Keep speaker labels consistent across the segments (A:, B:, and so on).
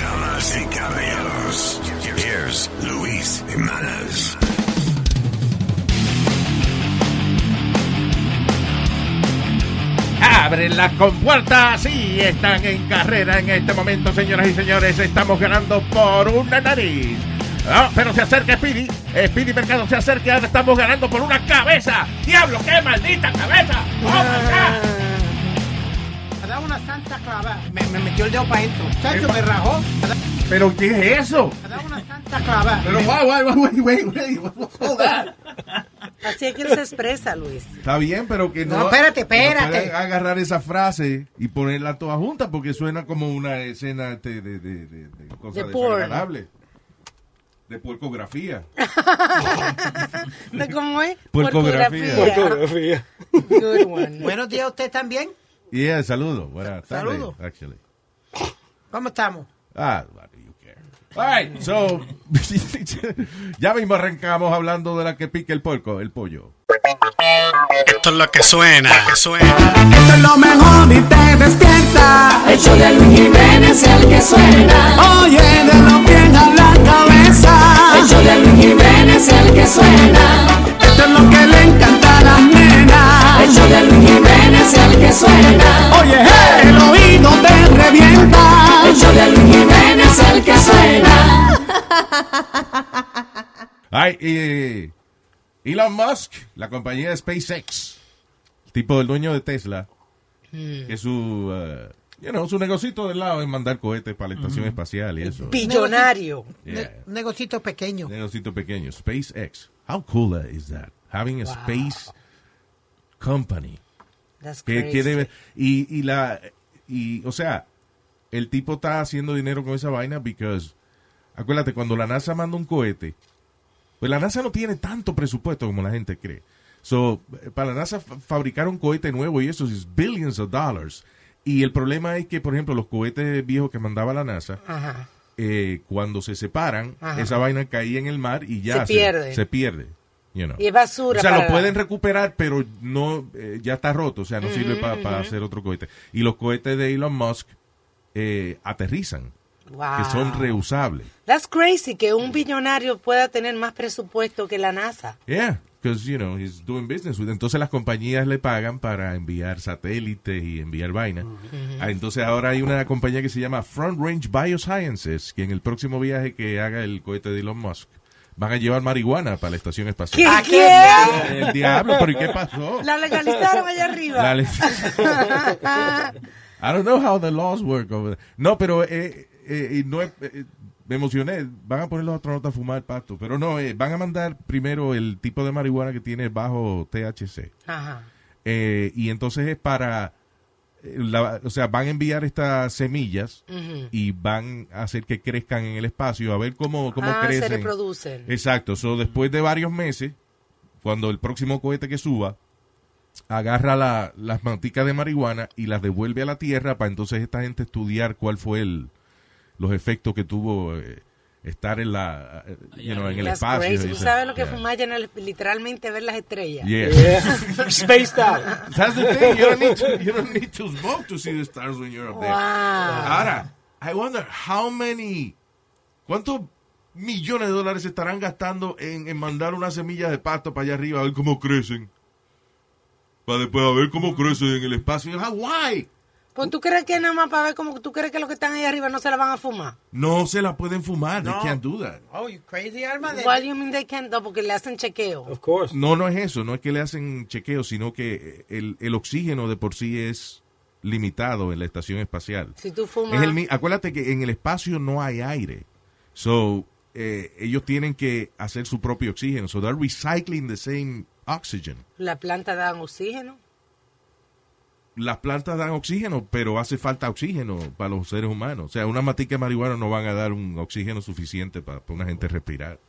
A: Damas y caballeros, here's Luis Jimenez.
B: Abren las compuertas y están en carrera en este momento, señoras y señores. Estamos ganando por una nariz. Ah, pero se acerca Speedy. Speedy Mercado se acerca. Ahora estamos ganando por una cabeza. ¡Diablo, qué maldita cabeza! ¡Vamos acá!
C: Me daba una santa clava. Me, me metió el dedo para adentro. Chacho, me rajó. Me da-
B: ¿Pero qué es eso?
C: me daba una santa clava.
B: Pero, guau, guau, guau, güey, güey, güey, what's all that?
D: Así es que él se expresa, Luis.
E: Está bien, pero que no.
C: No, espérate, espérate.
E: no pueden agarrar esa frase y ponerla toda junta porque suena como una escena este, de, de, de, de cosa
D: De porn.
E: desagradable. De puercografía.
D: ¿De ¿Cómo es?
E: Porcografía.
D: Good one.
C: Buenos días a usted también.
E: Yeah, saludo. Buenas tardes.
C: Saludo.
E: Actually.
C: ¿Cómo estamos?
E: Ah, what do you care? All right, so. ya mismo arrancamos hablando de la que pica el puerco, el pollo.
F: Esto es lo que suena, que suena.
G: Esto es lo mejor y te despierta. El show de Luis Jiménez, el que suena. Oye, de los pies a la cabeza. El show de Luis Jiménez, el que suena. Esto es lo que le encanta a las nenas. El show de Luis Jiménez, el que suena. Oye, hey, el oído te revienta. El show de Luis Jiménez, el que suena.
E: Ay, eh, Elon Musk, la compañía de SpaceX, el tipo del dueño de Tesla, que su, eh, you know, su negocito del lado es mandar cohetes para la estación espacial y eso.
D: Billonario.
E: Yeah.
C: Ne- un negocito pequeño.
E: Negocito pequeño, SpaceX. How cool that is that? Having a space company.
D: That's
E: Que
D: crazy.
E: quiere- y, y la y o sea, el tipo está haciendo dinero con esa vaina because acuérdate cuando la NASA manda un cohete, pues la NASA no tiene tanto presupuesto como la gente cree. So, para la NASA fa- fabricar un cohete nuevo y eso es billions of dollars. Y el problema es que, por ejemplo, los cohetes viejos que mandaba la NASA,
D: Ajá.
E: eh, cuando se separan,
D: Ajá.
E: esa vaina caía en el mar y ya
D: Se pierde.
E: se pierde, you know.
D: Y es basura.
E: O sea,
D: para
E: lo pueden recuperar, pero no eh, ya está roto, o sea, no sirve para hacer otro cohete. Y los cohetes de Elon Musk eh, aterrizan,
D: Wow.
E: que
D: Ah.
E: son reusables.
D: That's crazy que un billonario pueda tener más presupuesto que la NASA.
E: Yeah, because, you know, he's doing business with. Entonces las compañías le pagan para enviar satélites y enviar vaina. Ah, Entonces ahora hay una compañía que se llama Front Range Biosciences, que en el próximo viaje que haga el cohete de Elon Musk, van a llevar marihuana para la estación
D: ¿Qué?
C: Ah,
E: espacial.
D: ¿Qué?
E: El diablo, pero ¿y qué pasó?
D: La legalizaron allá arriba.
E: La le- I don't know how the laws work over there. No, pero eh, eh, y no es- eh, me emocioné. Van a poner los astronautas a fumar pasto, pero no, eh, van a mandar primero el tipo de marihuana que tiene bajo THC.
D: Ajá.
E: Eh, y entonces es para, eh, la- o sea, van a enviar estas semillas
D: Ujú.
E: y van a hacer que crezcan en el espacio, a ver cómo, cómo
D: ah, se
E: crecen.
D: reproducen.
E: Exacto. So, después de varios meses, cuando el próximo cohete que suba, agarra la- las manticas de marihuana y las devuelve a la Tierra para entonces esta gente estudiar cuál fue el, los efectos que tuvo eh, estar en la eh, you know, en el
D: That's
E: espacio.
D: crazy.
E: y
D: ¿Tú
E: eso.
D: sabes lo que
E: Yeah.
D: fumar ya en el- literalmente ver las estrellas?
E: Yeah.
C: Spaced out.
E: That's the thing. You don't, need to, you don't need to smoke to see the stars when you're up there.
D: Wow.
E: Ahora, I wonder how many, ¿cuántos millones de dólares estarán gastando en, en mandar unas semillas de pasto para allá arriba a ver cómo crecen? Para después a ver cómo crecen en el espacio. Ah, why?
D: Pues tú crees que nada más para ver cómo tú crees que los que están ahí arriba no se la van a fumar.
E: No se la pueden fumar, no.
C: No.
E: can't do that.
C: Oh, you crazy arma de.
D: Why do you mean they can't though? Porque le hacen chequeo.
E: No, no es eso, no es que le hacen chequeo, sino que el, el oxígeno de por sí es limitado en la estación espacial.
D: Si tú fumas.
E: Es el mi- acuérdate que en el espacio no hay aire. So, eh, ellos tienen que hacer su propio oxígeno. So, they're recycling the same oxygen.
D: La planta da oxígeno.
E: las plantas dan oxígeno, pero hace falta oxígeno para los seres humanos. O sea, una matica de marihuana no van a dar un oxígeno suficiente para, para una gente respirar.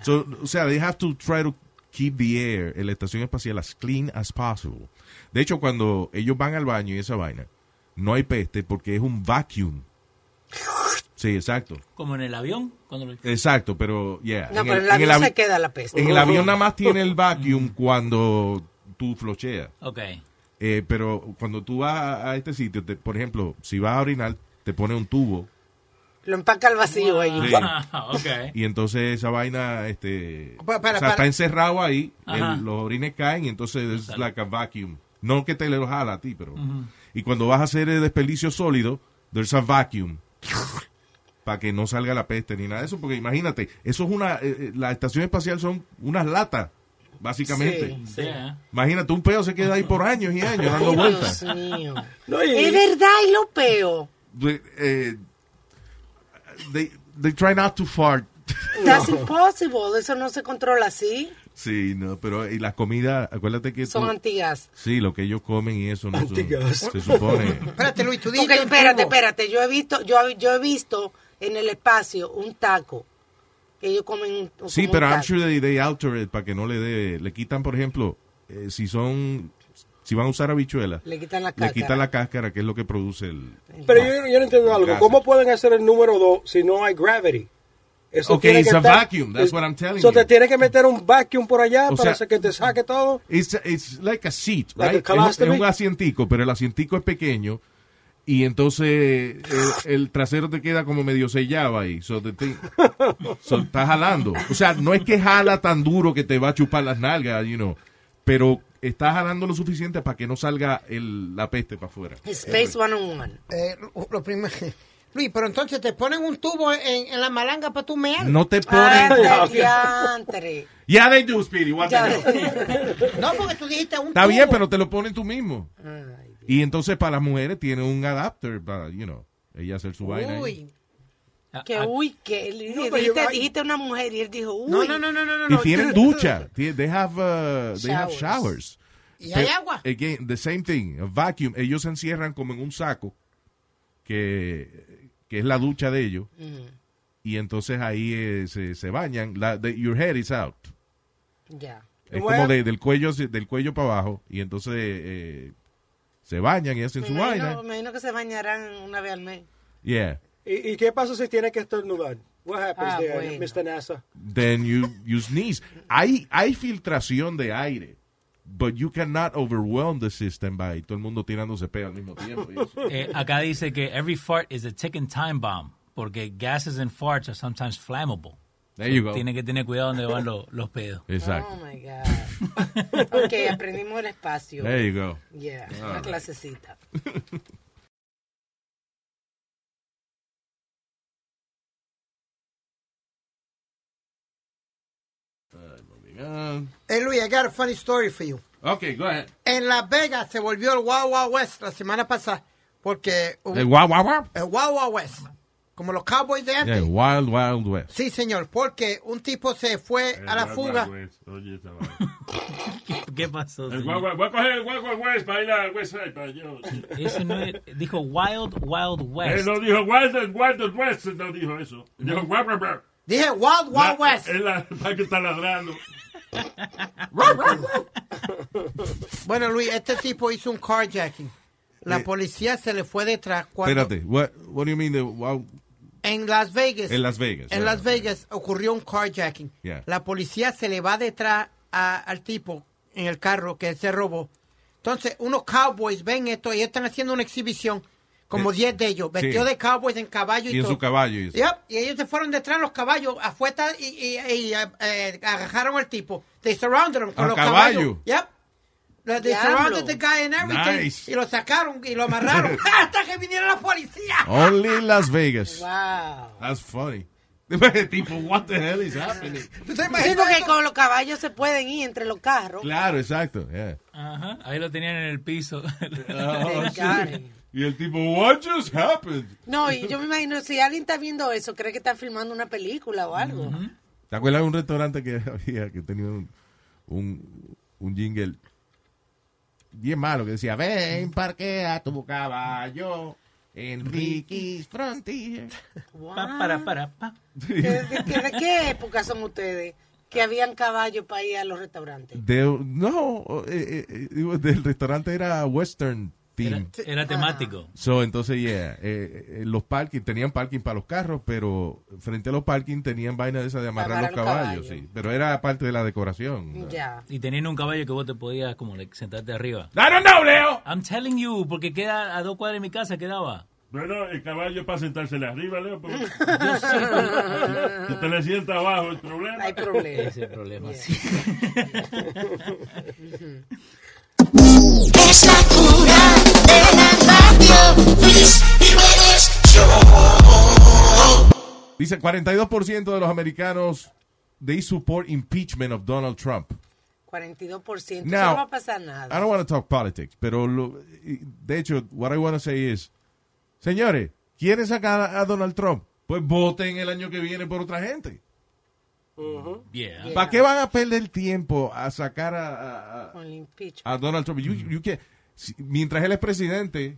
E: So, o sea, they have to try to keep the air en la estación espacial as clean as possible. De hecho, cuando ellos van al baño y esa vaina, no hay peste porque es un vacuum. Sí, exacto.
H: Como en el avión. Cuando lo-
E: Exacto, pero yeah.
D: No, pero en el avión
E: avi-
D: se queda la peste.
E: En el avión nada más tiene el vacuum cuando tú flocheas.
H: Ok.
E: Eh, pero cuando tú vas a, a este sitio, te- por ejemplo, si vas a orinar, te pone un tubo.
D: Lo empaca al vacío ahí.
E: Sí.
H: ok.
E: Y entonces esa vaina este,
D: Pa- para-
E: o sea,
D: para.
E: está encerrado ahí,
H: Ajá.
E: el- los orines caen, y entonces es like a vacuum. No que te lo jala a ti, pero... Y cuando vas a hacer el desperdicio sólido, there's a vacuum. Para que no salga la peste ni nada de eso, porque imagínate, eso es una... eh, eh, la estación espacial son unas latas, básicamente.
H: Sí, ¿eh?
E: Imagínate, un pedo se queda ahí por años y años dando vueltas.
D: Dios mío.
I: No, y-
D: Es verdad, y lo peo.
E: They, eh, they, they try not to fart.
D: That's impossible. Eso no se controla así.
E: Sí, no, pero y las comidas, acuérdate que
D: Son
E: tú-
D: antigas.
E: Sí, lo que ellos comen y eso no son-
I: Antigas.
E: se supone.
C: Espérate, Luis, tú
D: Porque,
C: dijiste un
D: espérate,
C: tubo.
D: espérate. Yo he visto, yo, yo he visto en el espacio un taco. Ellos comen un como
E: Sí,
D: un
E: pero I'm
D: taco.
E: sure they, they alter it para que no le dé, le quitan, por ejemplo, eh, si son si van a usar habichuelas,
D: Le quitan la
E: le
D: cáscara.
E: quitan la cáscara, que es lo que produce el
I: Pero yo, yo no entiendo algo.
E: Gracias.
I: ¿Cómo pueden hacer el número 2 si no hay gravity? Eso
E: Ok,
I: tiene
E: it's
I: que
E: a
I: estar-
E: vacuum. That's what I'm telling
I: So
E: you.
I: te tienes que meter un vacuum por allá
E: O
I: para
E: sea-
I: que te saque todo.
E: It's, it's like a seat,
I: Like a
E: right? Es un- es,
I: colostomy.
E: un asientico, pero el asientico es pequeño y entonces el, el trasero te queda como medio sellado ahí. So the thing- so está jalando. O sea, no es que jala tan duro que te va a chupar las nalgas, you know, pero está jalando lo suficiente para que no salga el- la peste para afuera.
D: Space one on one.
C: Eh, lo- lo primero- Luis, pero entonces te ponen un tubo en, en la malanga para tu mear.
E: Eh, No te
D: Ah,
E: ponen...
D: de diantre.
E: Yeah, they do, Speedy. What the
D: Ya.
E: hell?
C: No, porque tú dijiste un
E: Está
C: tubo.
E: bien, pero te lo ponen tú mismo. Y entonces para las mujeres tiene un adapter para, you know, ella hacer su vaina. ahí.
C: Uy.
H: Ah,
D: Que
H: ah,
D: uy, que él-
I: No, pero
D: dijiste,
I: yo- ay.
D: dijiste una mujer y él dijo, uy.
C: No, no, no, no, no, no.
E: Y tienen ducha. Tie- They have, uh, they have
D: Showers.
E: showers.
C: Y hay
E: Pe-
C: agua.
E: Again, the same thing. a vacuum. Ellos se encierran como en un saco que, que es la ducha de ellos. Y entonces ahí eh, se, se bañan. La, the- your head is out.
D: Ya.
E: Es
I: Bueno.
E: como de- del cuello hacia- del cuello para abajo. Y entonces eh, se bañan y hacen
D: Me
E: su
D: imagino, me
E: vaina.
D: imagino que se bañarán una vez al mes.
E: Yeah.
I: ¿Y, y qué pasa si tienes que estornudar? What happens
D: Ah,
I: there,
D: bueno.
I: Mr. NASA?
E: Then you, you sneeze. Hay, hay filtración de aire. But you cannot overwhelm the system by todo el mundo tirándose peo al mismo tiempo. y eso.
H: eh, acá dice que every fart is a ticking time bomb. Porque gases and farts are sometimes flammable.
E: There you go.
H: Tiene que tener cuidado donde van los, los pedos.
D: Oh
E: Exacto.
D: my God. ok, aprendimos el espacio.
E: There you go.
D: Yeah,
E: Ah.
D: una clasecita.
J: Uh,
C: Eh, Luis, I got a funny story for you.
E: Okay, go ahead.
C: En Las Vegas se volvió el Wow Wow West la semana pasada porque hubo-
E: El Wild Wild Wild.
C: el Wow Wow West, como los Cowboys de antes.
E: Yeah, Wild Wild West.
C: Sí, señor, porque un tipo se fue a la fuga.
H: ¿Qué pasó?
J: El
H: señor?
J: guagua- voy a coger el guagua West para ir al West Side. Para yo.
H: Ese no es- dijo Wild Wild
J: Él
H: West.
J: no dijo Wild Wild West, él no dijo eso. Dijo guagua guagua.
C: Dije Wild Wild
J: La-
C: West.
J: Es la para que está ladrando.
C: Bueno, Luis, este tipo hizo un carjacking. La
E: Eh,
C: policía se le fue detrás cuando
E: Espérate, what, what do you mean the Wild
C: en Las Vegas.
E: en Las Vegas?
C: En Las Vegas ocurrió un carjacking.
E: Yeah.
C: La policía se le va detrás a- al tipo en el carro que se robó. Entonces, unos cowboys ven esto y están haciendo una exhibición. Como
E: Eh,
C: 10 de ellos,
E: sí.
C: vestidos de cowboys en caballo y,
E: Y en
C: todo.
E: su caballo. y eso.
C: Yep, Y ellos se fueron detrás los caballos afuera y, y, y, eh, eh, agarraron al tipo. They surrounded him con
E: ¿Al
C: los
E: caballo?
C: caballos. Yep. Like, They
D: Diablo.
C: surrounded the guy and everything.
E: Nice.
C: Y lo sacaron y lo amarraron hasta que viniera la policía.
E: Only Las Vegas.
D: Wow.
E: That's funny. tipo, what the hell is happening?
C: ¿Tú te
D: Sí,
C: imaginas
D: porque
C: eso?
D: con los caballos se pueden ir entre los carros.
E: Claro, exacto. Yeah.
H: Ajá, ahí lo tenían en el piso.
I: Ah.
E: Oh,
D: They got it.
E: Y el tipo, what just happened?
D: No, y yo me imagino, si alguien está viendo eso, cree que está filmando una película o algo.
E: ¿Te acuerdas de un restaurante que había que tenía un, un, un jingle? bien malo que decía, ven, parquea tu caballo en Ricky's Frontier.
H: Pa, para, para, pa.
D: ¿De, de- de qué época son ustedes que habían caballos para ir a los restaurantes?
E: De- no, eh, eh, eh, del restaurante era Western
H: Era,
E: Team.
H: era
C: Ah.
H: temático.
E: So, entonces, yeah, eh, eh, los parking, tenían parking para los carros, pero frente a los parking tenían vaina de esa de amarrar los
H: Amarrar los
E: caballos, sí. Pero era parte de la decoración.
D: Ya.
H: Y tenían un caballo que vos te podías como like, sentarte arriba.
J: I don't know, Leo.
H: I'm telling you, porque queda a dos cuadras de mi casa quedaba.
J: Bueno, el caballo es para sentársele arriba, Leo. pues. Porque... Si te le sienta abajo, el problema.
D: Hay problema.
H: Ese es el problema,
J: Yeah.
H: sí.
G: Es la cura de la radio, Luis Jiménez Show.
E: Dice, 42% de los americanos, they support impeachment of Donald Trump.
D: 42%. Eso
E: Now,
D: no va a pasar
E: I
D: nada.
E: don't want to talk politics, pero lo- de hecho, what I want to say is, señores, ¿quieren sacar a Donald Trump? Pues voten el año que viene por otra gente.
H: Yeah.
E: ¿Para qué van a perder el tiempo a sacar a, a- a-
D: Con el impeachment.
E: a Donald Trump? You- you can't- si- mientras él es presidente,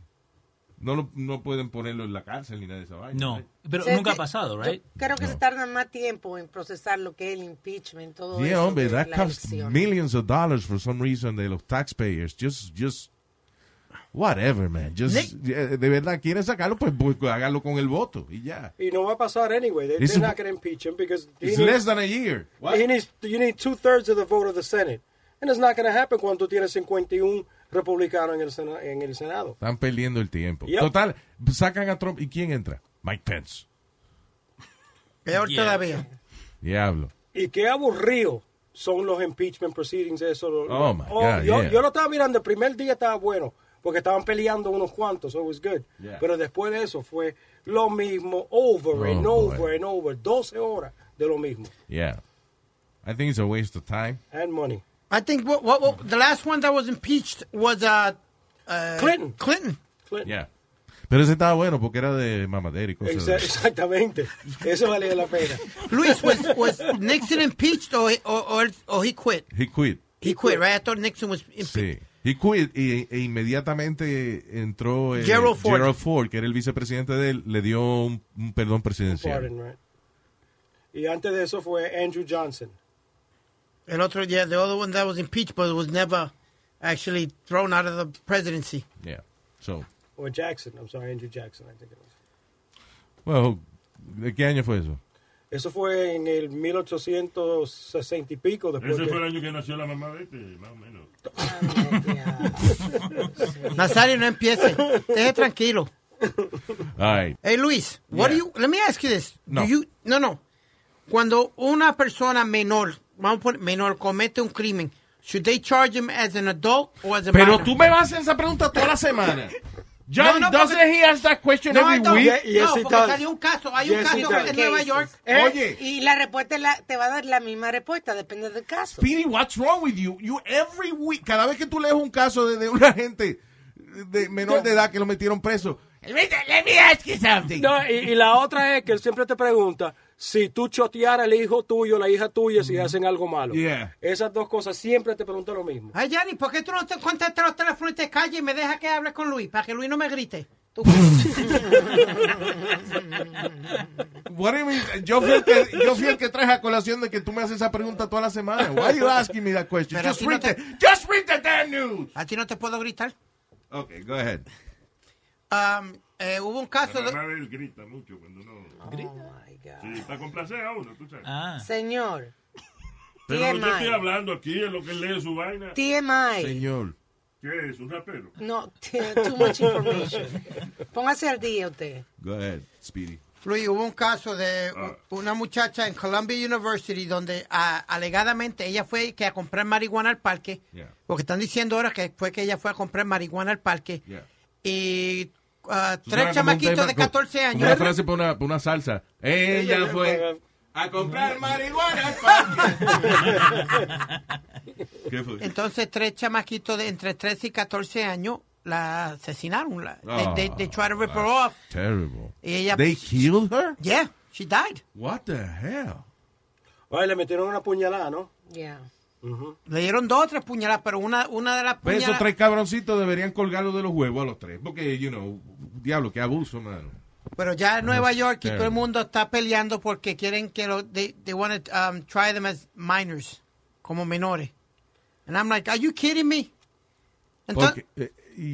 E: no, lo- no pueden ponerlo en la cárcel ni nada de esa vaina.
H: No,
E: right?
H: pero
D: Se-
H: nunca ha
D: se-
H: pasado, right?
D: Creo que
E: No.
D: se tarda más tiempo en procesar lo que es el impeachment, todo
E: Yeah,
D: eso.
E: hombre,
D: de
E: that
D: la
E: costs
D: elección.
E: millions of dollars for some reason de los taxpayers. Just, just, whatever, man. Just, eh, de verdad, quieren sacarlo, pues, pues hágalo con el voto y ya.
I: Y no va a pasar anyway. They,
E: It's
I: they're
E: a-
I: not going to impeach him because
E: It's less than a year.
I: he needs, you need two thirds of the vote of the Senate. And it's not going to happen cuando tienes 51 republicanos en el, Sena- en el Senado.
E: Están perdiendo el tiempo.
I: Yep.
E: Total, sacan a Trump y ¿quién entra? Mike Pence.
C: Peor
I: Yeah.
C: todavía.
E: Diablo.
I: Y qué aburrido son los impeachment proceedings. Eso,
E: Oh, my God,
I: yo,
E: yeah.
I: yo lo estaba mirando, el primer día estaba bueno, porque estaban peleando unos cuantos, so it was good.
E: Yeah.
I: Pero después de eso fue lo mismo, over
E: Oh,
I: and
E: boy.
I: over and over, 12 horas de lo mismo.
E: Yeah. I think it's a waste of time.
I: And money.
C: I think what, what, what- the last one that was impeached was uh, uh,
I: Clinton.
C: Clinton.
E: Yeah. Pero ese estaba bueno porque era de mamadera y cosas.
I: Exa- Exactamente. Eso valía la pena.
C: Luis, was, was Nixon impeached or, or, or, or he quit?
E: He quit.
C: He quit, right? I thought Nixon was impeached.
E: Sí. He quit y, e inmediatamente entró eh,
C: Gerald Ford.
E: Ford, que era el vicepresidente de él, le dio un, un perdón presidencial.
I: Pardon, right? Y antes de eso fue Andrew Johnson.
C: El otro, yeah, the other one that was impeached, but was never actually thrown out of the presidency.
E: Yeah. So,
I: Or Jackson. I'm sorry, Andrew Jackson, I think it was.
E: well, ¿de qué año fue eso?
I: Eso fue en el 1860 y pico. Después
J: Ese
I: que-
J: fue el año que nació la mamá de este, más o menos.
D: Ah,
C: Nazario, no empiece. Deje tranquilo.
E: All right.
C: Hey, Luis, what do
E: Yeah.
C: you, let me ask you this.
E: No.
C: Do you, no, no. Cuando una persona menor, vamos a poner menor, comete un crimen, should they charge him as an adult or as a
E: Pero
C: minor?
E: tú me vas a hacer esa pregunta toda la semana. John,
C: No, no,
E: doesn't
C: porque-
E: he ask that question
C: No, I
E: every
C: don't.
E: week?
C: Yeah, yes, No, he porque does. salió un caso, hay un Yes, he caso does. en Nueva
D: Cases.
C: York.
D: Eh,
E: Oye.
D: Y la respuesta es la- te va a dar la misma respuesta, depende del caso.
E: Speedy, what's wrong with you? You every week, cada vez que tú lees un caso de, de una gente de menor de edad que lo metieron preso. Let me ask you something.
I: No, y, y la otra es que él siempre te pregunta si tú chotearas al hijo tuyo, la hija tuya, si hacen algo malo.
E: Yeah.
I: Esas dos cosas siempre te preguntan lo mismo.
C: Ay, Yanni, ¿por qué tú no te contestas los teléfonos y te calles y me dejas que hable con Luis para que Luis no me grite? Tú-
E: What do you mean? Yo fui el que, yo fui el que traje a colación de que tú me haces esa pregunta toda la semana. Why are you asking me that question?
C: Pero a
E: just
C: ti no
E: read
C: te-
E: the, just read the damn news.
C: ¿A ti no te puedo gritar?
E: Okay, go ahead.
C: Um, eh, hubo un caso
J: La
C: de...
J: mamá de él grita mucho cuando no.
H: ¿Grita?
J: Sí, para complacer a uno, tú sabes.
E: Ah.
H: Ah.
D: Señor,
J: Pero yo estoy
D: TMI.
J: hablando aquí, es lo que lee su vaina.
D: TMI.
E: Señor.
J: ¿Qué es? ¿Un rapero?
D: no, t- too much information. Póngase al día usted.
E: Go ahead, Speedy.
C: Luis, hubo un caso de
E: Ah.
C: u- una muchacha en Columbia University donde a- alegadamente ella fue que a comprar marihuana al parque,
G: Yeah.
C: porque están diciendo ahora que fue que ella fue a comprar marihuana al parque
E: Yeah.
C: y ah,
E: Suena como
C: tres
E: un
C: chamaquitos
E: tema-
C: de
E: como-
C: 14
E: como Una
C: años.
E: frase para una, para una salsa. Ella fue a comprar
I: Mm.
E: marihuana. ¿Qué fue?
C: Entonces tres chamaquitos de entre 13 y 14 años la asesinaron. La,
E: Oh,
C: they, they- they tried to rip her
E: that's
C: off.
E: Terrible.
C: Y ella-
E: They killed her?
C: Yeah, she died.
E: What the hell?
I: Ay, le metieron una puñalada, ¿no?
D: Yeah.
C: Le dieron dos o tres puñaladas, pero una, una de las
E: Pues
C: puñaladas...
E: esos tres cabroncitos deberían colgarlo de los huevos a los tres. Porque, you know, diablo, qué abuso, mano.
C: Pero ya en Nueva
E: Ajá,
C: York y
E: claro.
C: todo el mundo está peleando porque quieren que los they, they want to um, try them as minors, como menores. And I'm like, are you kidding me? Entonces,
E: Porque, eh, y,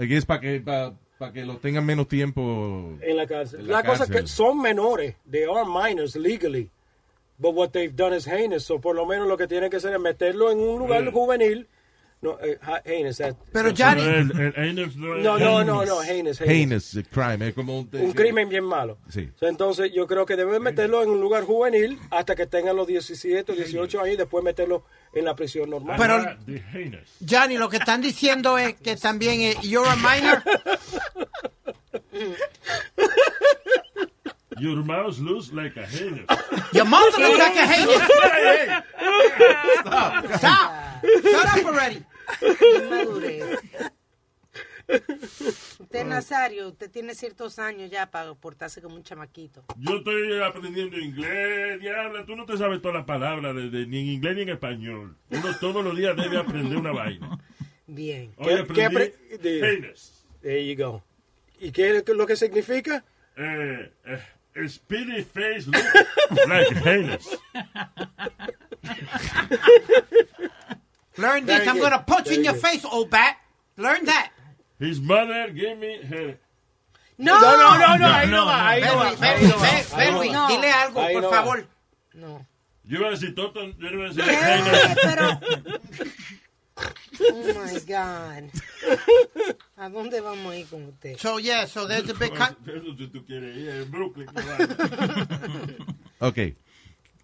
E: I guess, para que, pa- pa' que lo tengan menos tiempo.
I: En la cárcel.
E: En
I: la,
E: la
I: cosa es
E: cárcel.
I: que son menores. They are minors legally. But what they've done is heinous. So por lo menos lo que tienen que hacer es meterlo en un lugar
E: Mm.
J: Yeah.
I: juvenil. No, eh, ha- heinous. that-
J: El- el anus no es-
I: No, no, no, no, heinous, heinous.
E: Heinous crime. Es como un,
I: un crimen bien malo.
E: Sí.
I: So, entonces yo creo que deben meterlo en un lugar juvenil hasta que tengan los 17 o 18 años y después meterlo en la prisión normal.
C: Pero- Johnny, lo que están diciendo es que también eh, you're a minor.
J: Your mouth looks like a heinous.
C: Your mouth looks like a heinous.
J: Hey, hey.
C: Stop. Shut up already.
D: Usted, Nazario, usted tiene ciertos años ya para portarse como un chamaquito.
J: Yo estoy aprendiendo inglés, diabla. Tú no te sabes todas las palabras, de- de- ni en inglés ni en español. Uno todos los días debe aprender una vaina.
D: Bien.
C: Oh.
J: Hoy
I: ¿Qué- qué
J: aprendí
I: apre- de-
J: heinous.
I: There you go. ¿Y qué es lo que significa?
J: Eh, eh, speedy face look like heinous.
C: Learn this.
J: Very
C: I'm
J: good.
C: going to punch you in your
J: Very good.
C: face, old bat. Learn that.
J: His mother gave me her...
C: No. No, no, no, no, ahí no va, ahí no va, ahí no va, ahí no
J: Berry,
C: va. dile algo, Ahí por no va. favor.
J: Yo iba a decir Toto, yo iba a decir
D: ¿Qué?
J: heinous.
D: Oh my God. ¿A dónde vamos a ir con usted?
C: So, yeah, so there's a big... con-
J: Eso si tú quieres ir en Brooklyn. qué vaina.
E: Ok.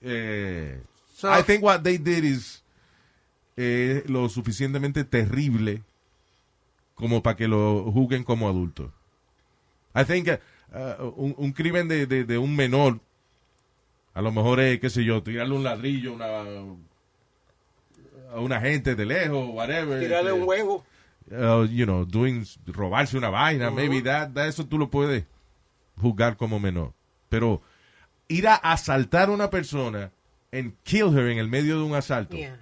E: Eh,
J: So-
E: I think what they did is eh, lo suficientemente terrible como para que lo juzguen como adulto. I think eh, ah, un, un crimen de, de- de un menor, a lo mejor es, qué sé yo, tirarle un ladrillo a una, a una gente de lejos, whatever.
I: Tirarle un
E: eh,
I: huevo.
E: uh, you know, doing, robarse una vaina, maybe that, that- eso tú lo puedes juzgar como menor. Pero ir a asaltar a una persona and kill her en el medio de un asalto,
D: Yeah.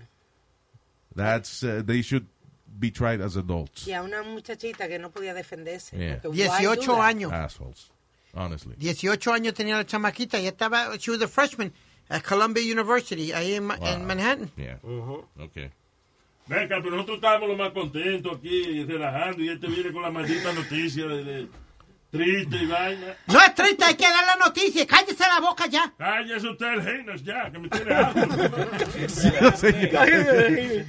E: that's, uh, they should be tried as adults.
D: Y a una muchachita que no podía defenderse.
E: Yeah.
D: Porque why do
C: 18
D: that?
C: años.
J: Ah.
E: Assholes, honestly.
C: 18 años tenía la chamaquita. Ella estaba... She was a freshman at Columbia University, ahí en, Ma- en Manhattan.
E: Yeah. Okay.
J: Venga, pero nosotros estábamos lo más contentos aquí, relajando, y este viene con la maldita noticia de, de triste y vaina.
C: No es triste, hay que dar la noticia. Cállese la boca ya.
J: Cállese usted el Heinous ya, que me tiene harto.
E: no, señor.
J: Siéntate.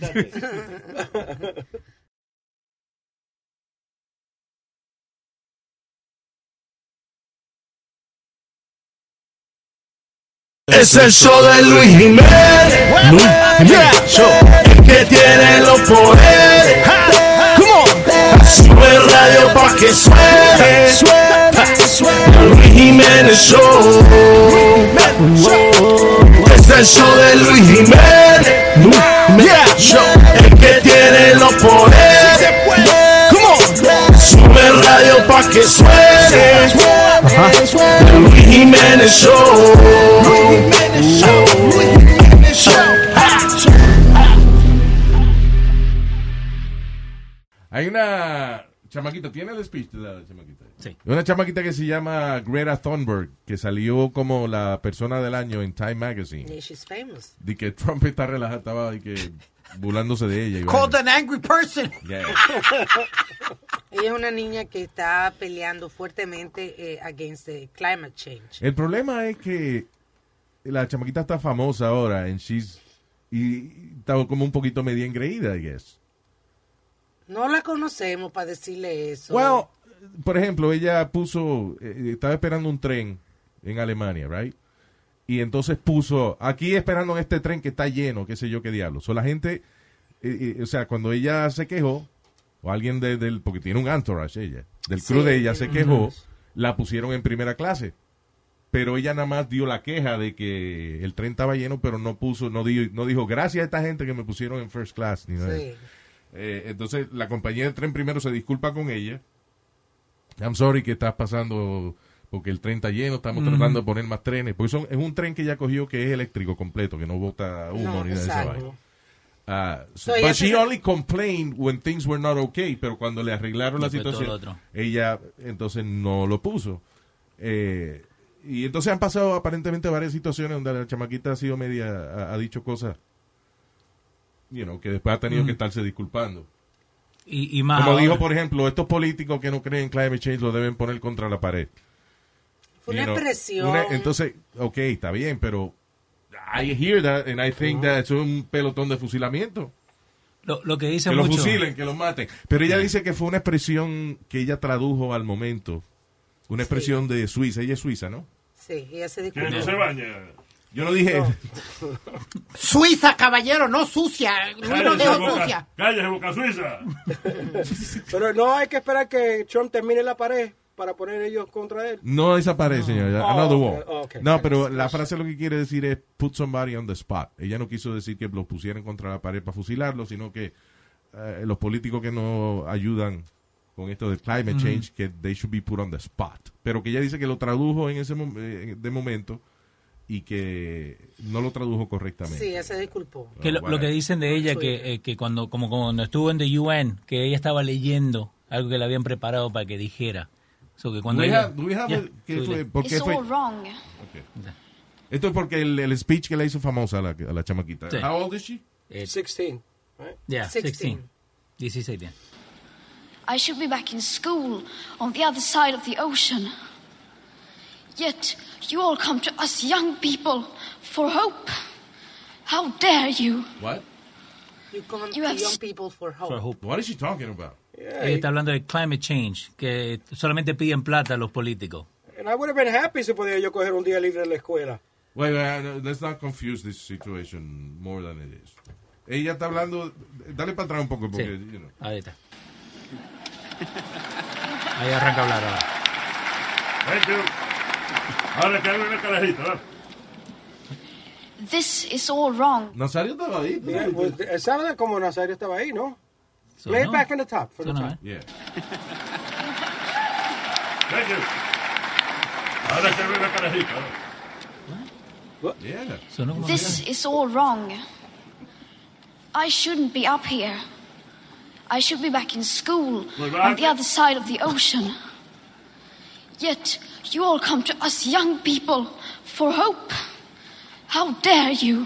G: Es el show de Luis Jiménez. Luis Jiménez Show. El que tiene los poderes. Sube el radio pa' que suene. Luis Jiménez Show. Es el show de Luis Jiménez. Luis Jiménez Show. El que tiene los poderes. Sube el radio pa' que suene. Luis Jiménez Show.
E: Hay una chamaquita, ¿tiene el speech de la chamaquita? Sí. Una chamaquita que se llama Greta Thunberg, que salió como la persona del año en Time Magazine.
D: Yeah, she's famous.
E: De que Trump está relajado, estaba de que burlándose de ella. y
C: Called
E: vaina.
C: an angry person.
E: Yeah.
D: Ella es una niña que está peleando fuertemente eh, against the climate change.
E: El problema es que la chamaquita está famosa ahora and she's- y está como un poquito media engreída, I guess.
D: No la conocemos para decirle eso.
E: Well, por ejemplo, ella puso, eh, estaba esperando un tren en Alemania, right? Y entonces puso, aquí esperando en este tren que está lleno, qué sé yo qué diablo. So, la gente, eh, eh, o sea, cuando ella se quejó, o alguien de- del, porque tiene un entourage ella, del crew
J: Sí,
E: de ella se
J: tiene un
E: quejó,
J: entourage.
E: la pusieron en primera clase. Pero ella nada más dio la queja de que el tren estaba lleno, pero no puso, no dijo, no dijo gracias a esta gente que me pusieron en first class. Ni nada.
D: Sí.
E: Eh, entonces la compañía de tren primero se disculpa con ella. I'm sorry que estás pasando porque el tren está lleno, estamos
J: Ujú.
E: tratando de poner más trenes. Porque son, es un tren que ya cogió que es eléctrico completo, que no bota humo
J: No,
E: ni nada de esa
J: exacto.
E: vaina. Ah,
D: So,
E: but
D: ella
E: she
D: se-
E: only complained when things were not okay, pero cuando le arreglaron la
H: Le fue todo
E: situación,
H: lo otro.
E: ella entonces no lo puso. Eh, y entonces han pasado aparentemente varias situaciones donde la chamaquita ha sido media, ha, ha dicho cosas, you know, que después ha tenido
H: Ujú.
E: que estarse disculpando.
H: Y, y más
E: Como
H: ahora.
E: dijo, por ejemplo, estos políticos que no creen en climate change lo deben poner contra la pared.
D: Fue una expresión.
E: entonces, ok, está bien, pero I hear that and I think that es un pelotón de fusilamiento.
H: lo, lo que dice
E: que los
H: mucho.
E: fusilen, que los maten. Pero ella dice que fue una expresión que ella tradujo al momento. Una expresión de Suiza. Ella es suiza, ¿no?
D: Sí, ella se
J: Que no
D: disculpó.
J: se baña.
E: Yo no dije...
C: Suiza, caballero, no sucia. Luis no
J: Cállese,
C: dijo
J: boca-
C: sucia.
J: cállese, boca suiza.
I: Pero no hay que esperar que Trump termine la pared para poner ellos contra él.
E: No desaparece, señora.
I: Oh,
E: Another
I: ok,
E: wall.
I: ok.
E: No, pero la frase lo que quiere decir es put somebody on the spot. Ella no quiso decir que los pusieran contra la pared para fusilarlos, sino que eh, los políticos que no ayudan con esto del climate
K: Ujú.
E: change, que they should be put on the spot. Pero que ella dice que lo tradujo en ese mom- eh, de momento y que no lo tradujo correctamente. Ah,
D: Sí, ella se disculpó.
H: Que lo, lo que dicen de ella, que, eh, que cuando, como cuando estuvo en the UN, que ella estaba leyendo algo que le habían preparado para que dijera. So que cuando
E: Do we
H: ella-
E: have- do we have
H: Ya,
E: a- que
H: súbele.
E: fue- ¿Por qué
L: It's
E: fue?
L: all wrong.
E: Ok. Esto es porque el, el speech que le hizo famosa a la, a la chamaquita.
H: Sí.
E: How old is she?
I: 16. right?
H: Yeah, 16. 16 tiene.
L: I should be back in school on the other side of the ocean. Yet you all come to us young people for hope. How dare you?
E: What?
D: You come
L: You
D: to
L: have
D: young
L: s-
D: people for hope.
E: What is she talking about?
H: Ella está hablando de climate change, que solamente piden plata a los políticos.
I: And I would have been happy si podía yo coger un día libre de la escuela.
E: Wait, wait, no, let's not confuse this situation more than it is. Ella está hablando. Dale para atrás un poco, porque.
H: Sí.
E: you know.
H: Ahí está. Ahí arranca a hablar ahora.
J: Thank you. Ahora que hable la carajita, ¿verdad?
L: This is all wrong.
E: Nazario estaba ahí.
I: Yeah, well, ¿Saben cómo Nazario estaba ahí, no?
L: So
I: Lay
L: no.
I: it back in the top. For
L: So
I: the
L: no,
I: top.
C: ¿eh?
E: Yeah.
J: Thank you. Ahora que hable la carajita, ¿verdad?
E: Yeah.
L: This is all wrong. I shouldn't be up here. I should be back in school
D: Well,
L: on the
D: I-
L: other side of the ocean. Yet you all come to us young people for hope. How dare you?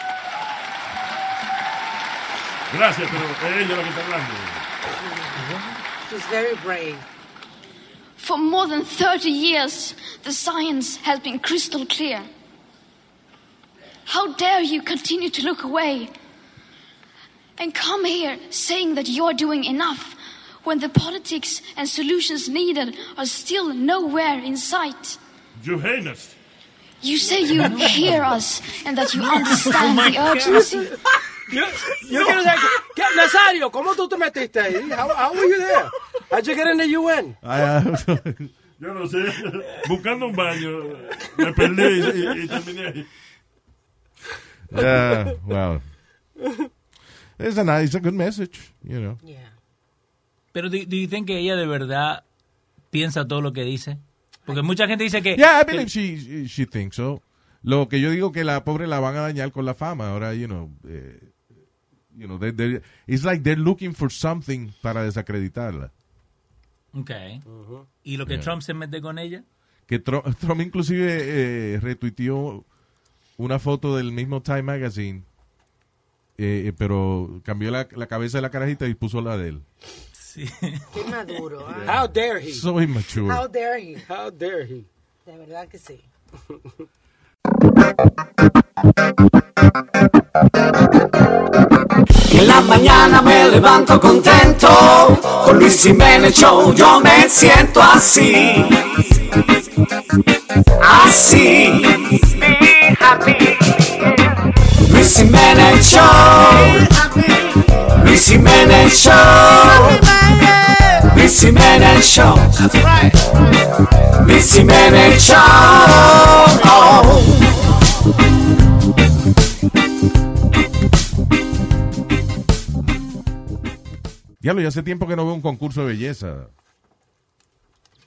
J: Gracias, pero es ella la que está hablando.
D: She's very brave.
L: For more than 30 years, the science has been crystal clear. How dare you continue to look away and come here saying that you're doing enough when the politics and solutions needed are still nowhere in sight?
J: You heinous.
L: You say you hear us and that you understand the urgency.
I: Yo, yo quiero saber, ¿qué, Nazario, ¿cómo tú te metiste ahí? How, how were you there? How'd you get in the UN?
E: Ah,
J: Yo no sé. Buscando un baño, me perdí y, y terminé ahí.
E: Yeah, wow. It's a nice, it's a good message, you know.
H: Pero, ¿do, do you think que ella de verdad piensa todo lo que dice? Porque mucha gente dice que...
E: Yeah, I
H: que-
E: believe she, she thinks so. Lo que yo digo que la pobre la van a dañar con la fama. Ahora, you know, eh, you know, they, they- it's like they're looking for something para desacreditarla.
H: Ok. ¿Y lo que
E: Uh-huh. Yeah.
H: Trump se mete con ella?
E: Que Tru- Trump, inclusive eh, retuiteó una foto del mismo Time Magazine, eh, eh, pero cambió la, la cabeza de la carajita y puso la de él.
D: Qué maduro. ah.
I: How dare he?
E: So immature.
D: How dare he?
I: How dare he?
D: De verdad que sí.
G: En la mañana me levanto contento, con Luis Jiménez Show yo me siento así. Así. Luis Jiménez Show. Luis Jiménez Show. Luis Jiménez Show. Luis Jiménez Show.
E: Diablo, ya hace tiempo que no veo un concurso de belleza.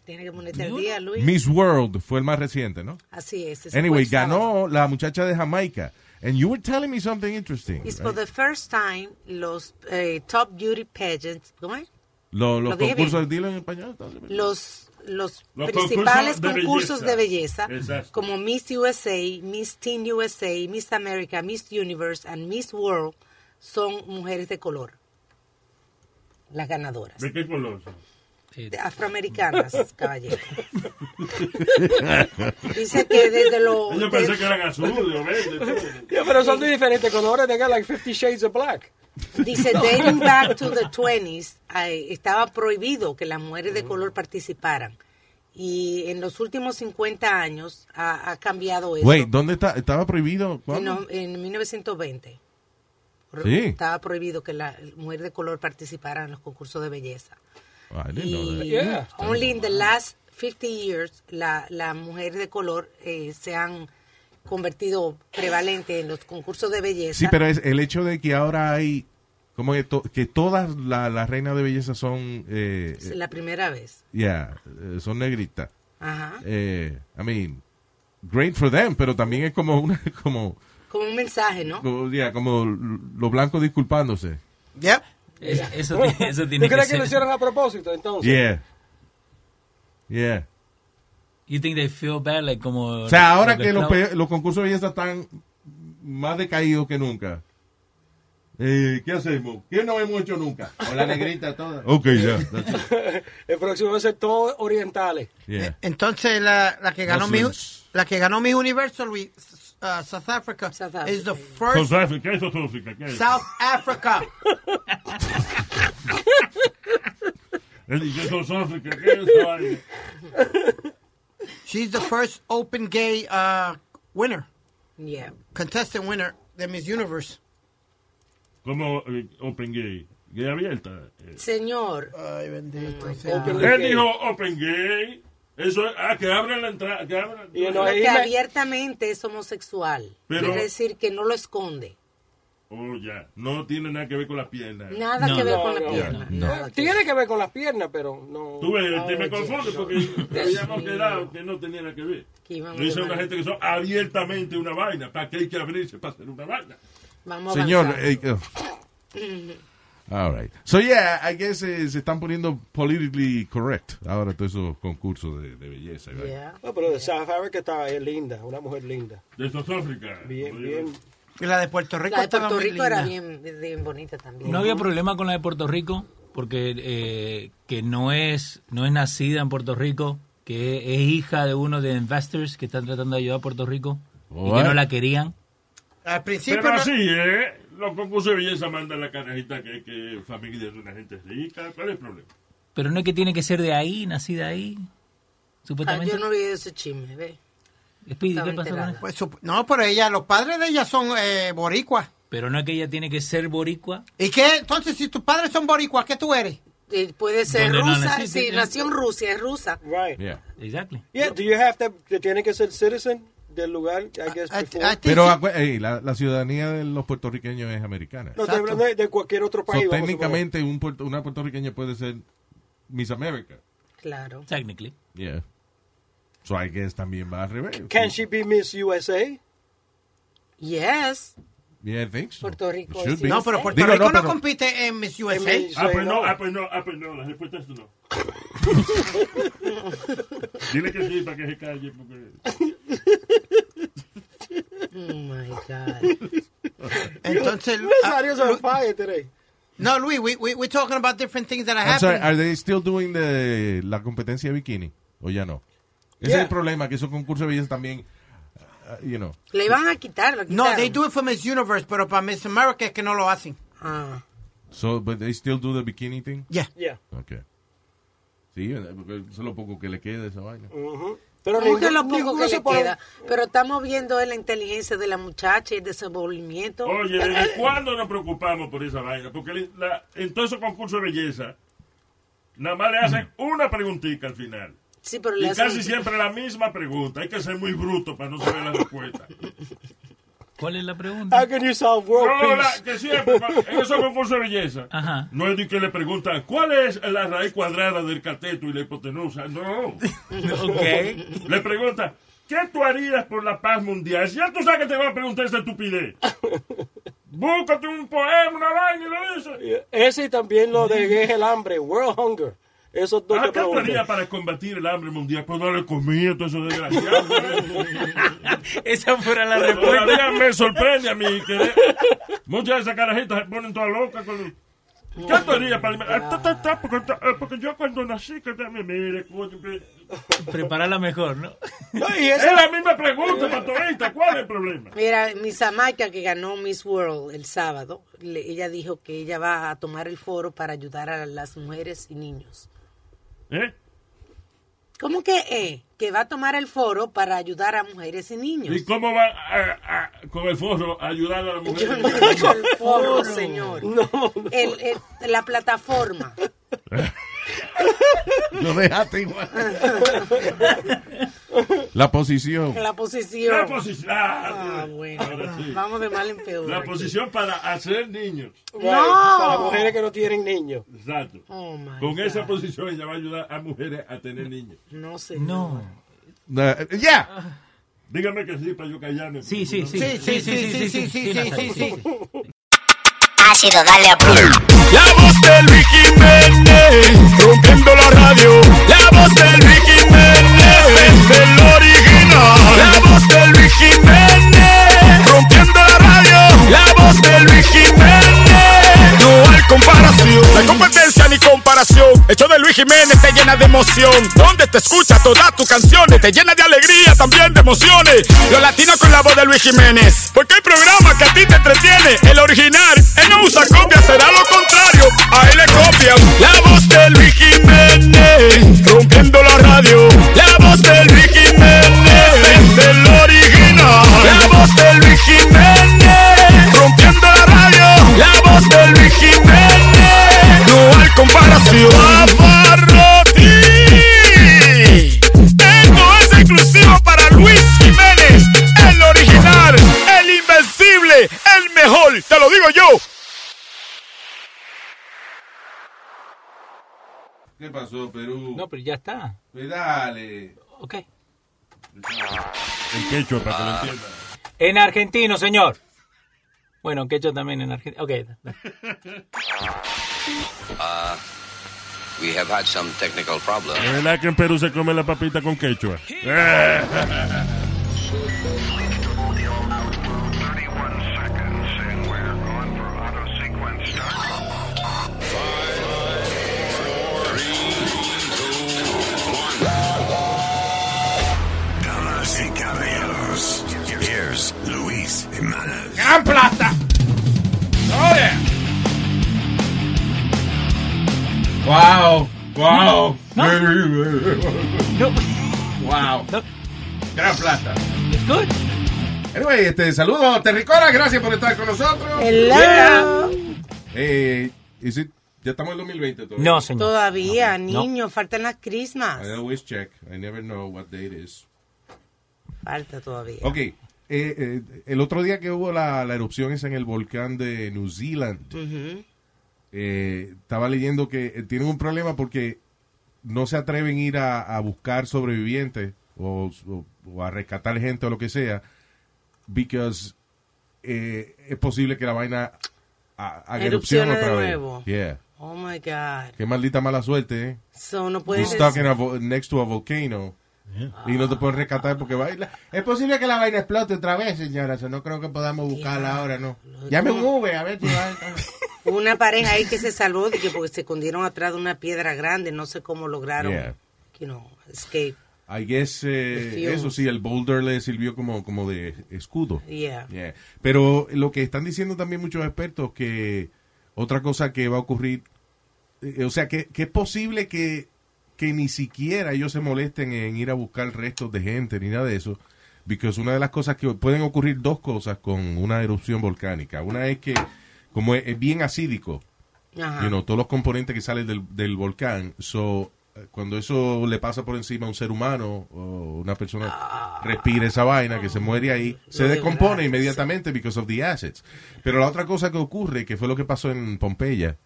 D: Tiene que ponerte al día, Luis.
E: Miss World fue el más reciente, ¿no?
D: Así es. ese fue
E: Anyway,
D: el sábado.
E: ganó la muchacha de Jamaica. And you were telling me something interesting.
D: It's for
E: right?
D: the first time los eh, top beauty pageants, ¿cómo es?
E: Lo- los
D: lo dije
E: concursos
D: bien.
E: de dilo en español. entonces.
D: Los los,
E: Los
D: principales
E: concursos de
D: concursos
E: belleza.
D: de belleza,
E: Exacto.
D: como Miss USA, Miss Teen USA, Miss America, Miss Universe and Miss World, son mujeres de color, las ganadoras,
J: ¿De qué color? son?
D: de afroamericanas, caballero. Dice que desde los...
J: Yo pensé que eran azules o verdes.
I: Yeah, pero son de diferentes colores. They got like 50 shades of black.
D: Dice, dating back to the 20s, eh, estaba prohibido que las mujeres
E: Mm.
D: de color participaran. Y en los últimos 50 años ha, ha cambiado eso.
E: Wait, ¿dónde está? ¿Estaba prohibido?
D: en,
E: ¿Cuándo?
D: en 1920 pro-
E: Sí.
D: estaba prohibido que las mujeres de color participaran en los concursos de belleza.
E: I didn't know that.
D: Y only in the last 50 years la- las mujeres de color eh, se han convertido prevalente en los concursos de belleza.
E: Sí, pero es el hecho de que ahora hay como que, to- que todas la- las reinas de belleza son eh,
D: Es la primera vez.
E: yeah, eh, son negritas.
D: Ajá.
E: Eh, I mean, great for them, pero también es como una como
D: Como un mensaje, ¿no?
E: como, yeah, como los blancos disculpándose.
C: Yep.
H: Eso,
I: Bueno,
H: ti- eso
I: ¿Tú
H: tiene que
I: crees que lo
H: ser.
I: hicieron a propósito entonces?
E: Yeah. Yeah.
H: You think they feel bad, like como...
E: O sea, ahora que los,
H: esclavos?
E: pe- los concursos de belleza están más decaídos que nunca. Eh, ¿Qué hacemos? ¿Qué no hemos hecho nunca?
I: Con la negrita toda.
E: Ok, ya. that's it.
I: El próximo va a ser todo orientales.
E: Yeah.
C: Entonces, la, la que ganó mi,
E: Muslims.
C: la que ganó mi universo, Luis, uh, South Africa, is the first
J: South Africa, ¿Qué es South Africa? ¿Qué es?
C: South Africa.
J: Él dice South Africa, ¿qué es esa vaina?
C: She's the first open gay uh, winner,
D: Yeah.
C: contestant winner de Miss Universe.
J: Como eh, Open Gay. Gay abierta. Eh,
D: Señor.
C: Ay, bendito
D: sea.
J: Él dijo Open Gay. Eso es, ah, que abran la entrada, que abran.
D: No, que abiertamente es homosexual.
J: Pero-
D: Quiere decir que no lo esconde.
J: Oh, ya. No tiene nada que ver con las piernas.
D: Nada
I: No, que ver no, con
J: las
I: la no,
J: piernas.
I: Tiene que ver con las piernas, pero no.
J: Tú ves,
I: Ah,
J: te me
I: oye,
J: confunde
I: no.
J: porque habíamos quedado que no tenía nada que ver.
D: Que íbamos
J: Lo dice
D: de
J: una
D: vaina.
J: gente que son abiertamente una vaina. ¿Para qué hay que abrirse para hacer una vaina?
D: Vamos a
E: Señor,
D: avanzar.
E: eh, oh, all right. So yeah, I guess eh, se están poniendo politically correct ahora todos esos concursos de, de belleza. right?
D: Yeah.
I: No, pero de South Africa está es linda, una mujer linda.
J: De South Africa.
I: Bien, bien.
C: Y la de Puerto Rico
D: La de
C: estaba
D: Puerto
C: muy
D: Rico era
C: linda.
D: bien, bien bonita también. Ah,
H: No había problema con la de Puerto Rico, porque eh, que no es, no es nacida en Puerto Rico, que es hija de uno de investors que están tratando de ayudar a Puerto Rico y que
J: What?
H: no la querían.
C: Al principio
J: Pero
C: no-
J: así, ¿eh? Los concursos de belleza mandan la carajita que que familia de una gente rica. ¿Cuál es el problema?
H: Pero no es que tiene que ser de ahí, nacida ahí,
D: Ah,
H: supuestamente.
D: yo no vi ese chisme, ve.
H: Speedy, ¿qué
D: estaba
H: pasó con
D: enterada.
H: eso?
C: Pues, sup- no, pero ella, los padres de ella son eh, boricuas.
H: Pero no es que ella tiene que ser boricua.
C: ¿Y qué? Entonces, si tus padres son boricuas, ¿qué tú eres?
D: Eh, Puede ser
H: Donde no
D: rusa,
H: naciste,
D: sí,
H: ya.
D: nació en Rusia, es rusa.
I: Right.
E: Yeah.
H: Exactly.
I: Yeah, do you have to, que tiene que ser citizen del lugar, I guess,
C: I-
I: before?
C: I think
E: Pero
C: she-
E: acu- eh, la, la ciudadanía de los puertorriqueños es americana.
I: no, estoy hablando de, de cualquier otro
E: So,
I: país. vamos a suponer.
E: técnicamente un puerto- una puertorriqueña puede ser Miss America.
D: Claro.
H: Technically.
E: Yeah. So I guess también va al revés.
I: Can she be Miss USA?
D: Yes.
E: Yeah, I think so.
D: Puerto Rico
E: It should
D: es
E: be.
C: No, pero Puerto
E: Digo,
C: Rico no,
E: pero-
C: compite en Miss USA.
I: Miss-
J: Ah,
I: Sí,
J: pues
I: no.
J: no, ah, pues no, ah, pues no. La respuesta es no. Dile que sí para que se calle. Porque...
D: Oh my God.
C: Entonces, ah,
I: Nazario on fire today.
C: no, Luis, we, we, we're talking about different things that are
E: I'm sorry,
C: happening.
E: are they still doing the, la competencia de bikini? ¿O ya no? Ese es
I: Yeah.
E: el problema, que esos concursos de belleza también, uh, you know.
D: Le iban a quitar, lo
C: No,
D: quitaron.
C: they do it for Miss Universe, pero para Miss America es que no lo hacen.
D: Ah.
E: So, but they still do the bikini thing? eh,
C: Yeah.
I: Yeah.
E: Okay. Sí, porque eso es lo poco que le queda a esa vaina.
I: Mhm. Pero
D: Como que
I: ningún-
D: lo poco
I: ninguno
D: que
I: se
D: le
I: pone-
D: queda. Pero estamos viendo eh, la inteligencia de la muchacha y el desenvolvimiento.
J: Oye, ¿desde cuándo nos preocupamos por esa vaina? Porque le- la- en todos esos concursos de belleza, nada más le hacen una preguntita al final.
D: Sí, pero
J: Y
D: le hacen-
J: casi siempre la misma pregunta. Hay que ser muy bruto para no saber la respuesta.
H: ¿Cuál es la pregunta?
E: Ah.
I: How can you solve world
J: No,
I: peace?
J: la- que siempre, pa- en esos concursos de belleza, no es de que le preguntan cuál es la raíz cuadrada del cateto y la hipotenusa. No.
H: Ok.
J: Le preguntan, ¿qué tú harías por la paz mundial? Si ya tú sabes que te van a preguntar esa estupidez. Búscate un poema, una vaina y lo dices.
I: Eh, Ese y también lo de que es el hambre, world hunger. Eso es
J: Ah,
I: lo
J: ¿Qué
I: que
J: tú
I: pregunté.
J: harías para combatir el hambre mundial? Pues darle comida a todos esos desgraciados.
H: Esa fuera la
J: Todavía me sorprende a mí que muchas de esas carajitas se ponen todas locas con... ¿Qué tú harías para... Ah, ta, ta, ta, porque, ta, eh, porque yo cuando nací, que ya me mire, coño, que-
H: Prepararla mejor, ¿no?
J: Es la misma pregunta para todita, ¿cuál es el problema?
D: Mira, Miss Amaya, que ganó Miss World el sábado, le- ella dijo que ella va a tomar el foro para ayudar a las mujeres y niños.
J: ¿Eh?
D: ¿Cómo que eh? Que va a tomar el foro para ayudar a mujeres y niños.
J: ¿Y cómo va a- a- con el forro a ayudar a la mujer?
D: Este- Yo no he dicho el foro, señor. El- el- la plataforma.
E: Lo dejaste igual. La posición.
D: La posición.
J: La posición.
D: Ah, bueno. Vamos de mal en peor.
J: La
D: aquí.
J: posición para hacer niños.
D: No. Para
I: mujeres que no tienen niños.
J: Exacto.
D: Oh, my
J: Con
D: God.
J: esa posición ella va a ayudar a mujeres a tener niños.
D: No sé.
H: No.
E: Ya.
J: Dígame que sí para yo callarme.
H: Sí, sí, sí.
J: Sí, sí, sí, sí, sí, sí, sí, sí, sí.
G: Ha sido darle a play.
K: La voz del Luis Jiménez, rompiendo la radio. La voz del Luis Jiménez, es el original. La voz del Luis Jiménez, rompiendo la radio. La voz del Luis Jiménez, no hay comparación. No hay competencia ni comparación. El show de Luis Jiménez te llena de emoción. Donde te escucha todas tus canciones, te llena de alegría, también de emociones. Los latinos con la voz de Luis Jiménez. Porque hay programa que a ti te entretiene, el original. Él no usa copia, será lo contrario. A él le copian. La voz de Luis Jiménez, rompiendo la radio. La voz de Luis Jiménez, es el original. La voz de Luis Jiménez, rompiendo la radio. La voz de Luis Jiménez, no hay comparación. Pavarotti. Esto es exclusivo para Luis Jiménez, el original, el invencible, el mejor, te lo digo yo.
E: ¿Qué pasó, Perú?
H: No, pero ya está.
E: Pues Dale.
H: Ok.
J: El quechua, para que lo entienda.
H: En argentino, señor. Bueno, quechua también en argentino. Ok.
M: Uh, we have had some technical problem.
J: ¿Es verdad que en Perú se come la papita con quechua?
A: Damas y caballeros, here's Luis Jimenez.
G: ¡Gran plata! ¡Oye!
E: Wow. Wow.
G: No.
E: Wow. Gran plata.
H: It's good.
E: Anyway, este, saludos, Terricora. Gracias por estar con nosotros.
D: Hello.
E: Eh, is it- ya estamos en 2020 todavía.
H: No, señor.
D: Todavía,
E: No.
D: niño, faltan las crismas.
E: I always check. I never know what day it is.
D: Falta todavía.
E: Ok. eh, eh, el otro día que hubo la, la erupción esa en el volcán de New Zealand,
D: Ujú.
E: eh, estaba leyendo que eh, tienen un problema porque no se atreven a ir a, a buscar sobrevivientes o, o- o a rescatar gente o lo que sea, because eh, es posible que la vaina a- haga erupción
D: Erupciona de
E: otra vez.
D: nuevo.
E: Yeah.
D: Oh my God.
E: Qué maldita mala suerte, ¿eh?
D: So, no puedes-
E: Be stuck in a vo- next to a volcano. Y no te pueden rescatar porque va Es posible que la vaina explote otra vez, señora. Eso no creo que podamos buscarla ahora, ¿no? Llame un Uber, a ver si va.
D: Una pareja ahí que se salvó de que porque se escondieron atrás de una piedra grande, no sé cómo lograron,
E: Yeah.
D: you know, escape.
E: I guess, eh,
D: Defios.
E: eso sí, el boulder le sirvió como, como de escudo.
D: Yeah.
E: Yeah. Pero lo que están diciendo también muchos expertos que otra cosa que va a ocurrir, eh, o sea, que, que es posible que que ni siquiera ellos se molesten en ir a buscar restos de gente ni nada de eso. Because una de las cosas que pueden ocurrir dos cosas con una erupción volcánica. Una es que, como es, es bien acídico,
D: Ajá.
K: Ah.
E: you know, todos los componentes que salen del, del volcán. So, eh, cuando eso le pasa por encima a un ser humano o una persona respira esa vaina que se muere ahí, se descompone inmediatamente because of the assets. Pero la otra cosa que ocurre, que fue lo que pasó en Pompeya,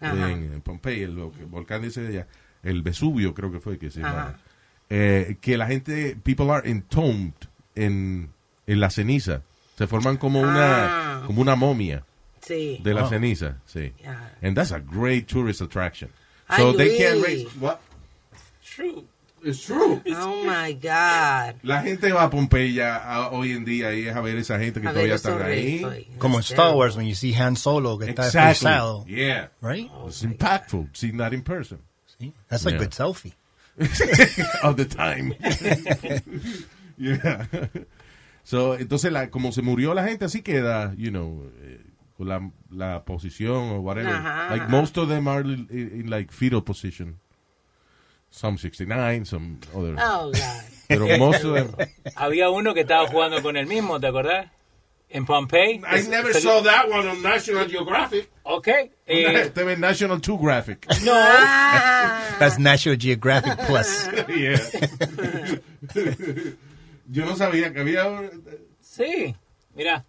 K: Ajá.
E: en, en Pompeya, el, lo que- el volcán dice de allá, el Vesubio creo que fue que se
K: Ajá.
E: llama, eh, que la gente, people are entombed en, en la ceniza. Se forman como
D: Ah.
E: una como una momia
D: Sí.
E: de la
D: Oh.
E: ceniza, sí.
D: Ajá.
E: And that's a great tourist attraction.
D: Ay,
E: So they
D: Luis.
E: can't raise what? It's true.
D: Oh my God.
E: La gente va a Pompeya a- hoy en día y es a ver esa gente que
D: A ver
E: todavía
D: esos
E: están ahí.
D: restos ahí.
F: Como en Star Wars, when you see Han Solo que está
E: Exactly.
F: expulsado.
E: Yeah.
F: Right?
D: Oh,
E: It's impactful. See, not in person.
F: That's like
E: Yeah.
F: with selfie.
E: of the time. yeah. So, entonces, la, como se murió la gente, así queda, you know, eh, con la, la posición o whatever.
K: Ajá,
E: like,
K: ajá.
E: most of them are in, in, like, fetal position. Some 69, some other.
H: Oh, God.
E: Pero most of them.
H: Había uno que estaba jugando con el mismo, ¿te acordás? En Pompeii.
E: I never saw that one on National Geographic.
H: Okay. eh,
E: Este es National 2 Graphic.
D: Ah,
F: That's National Geographic Plus.
E: Yeah. Yo no sabía que había.
H: Sí. Mira.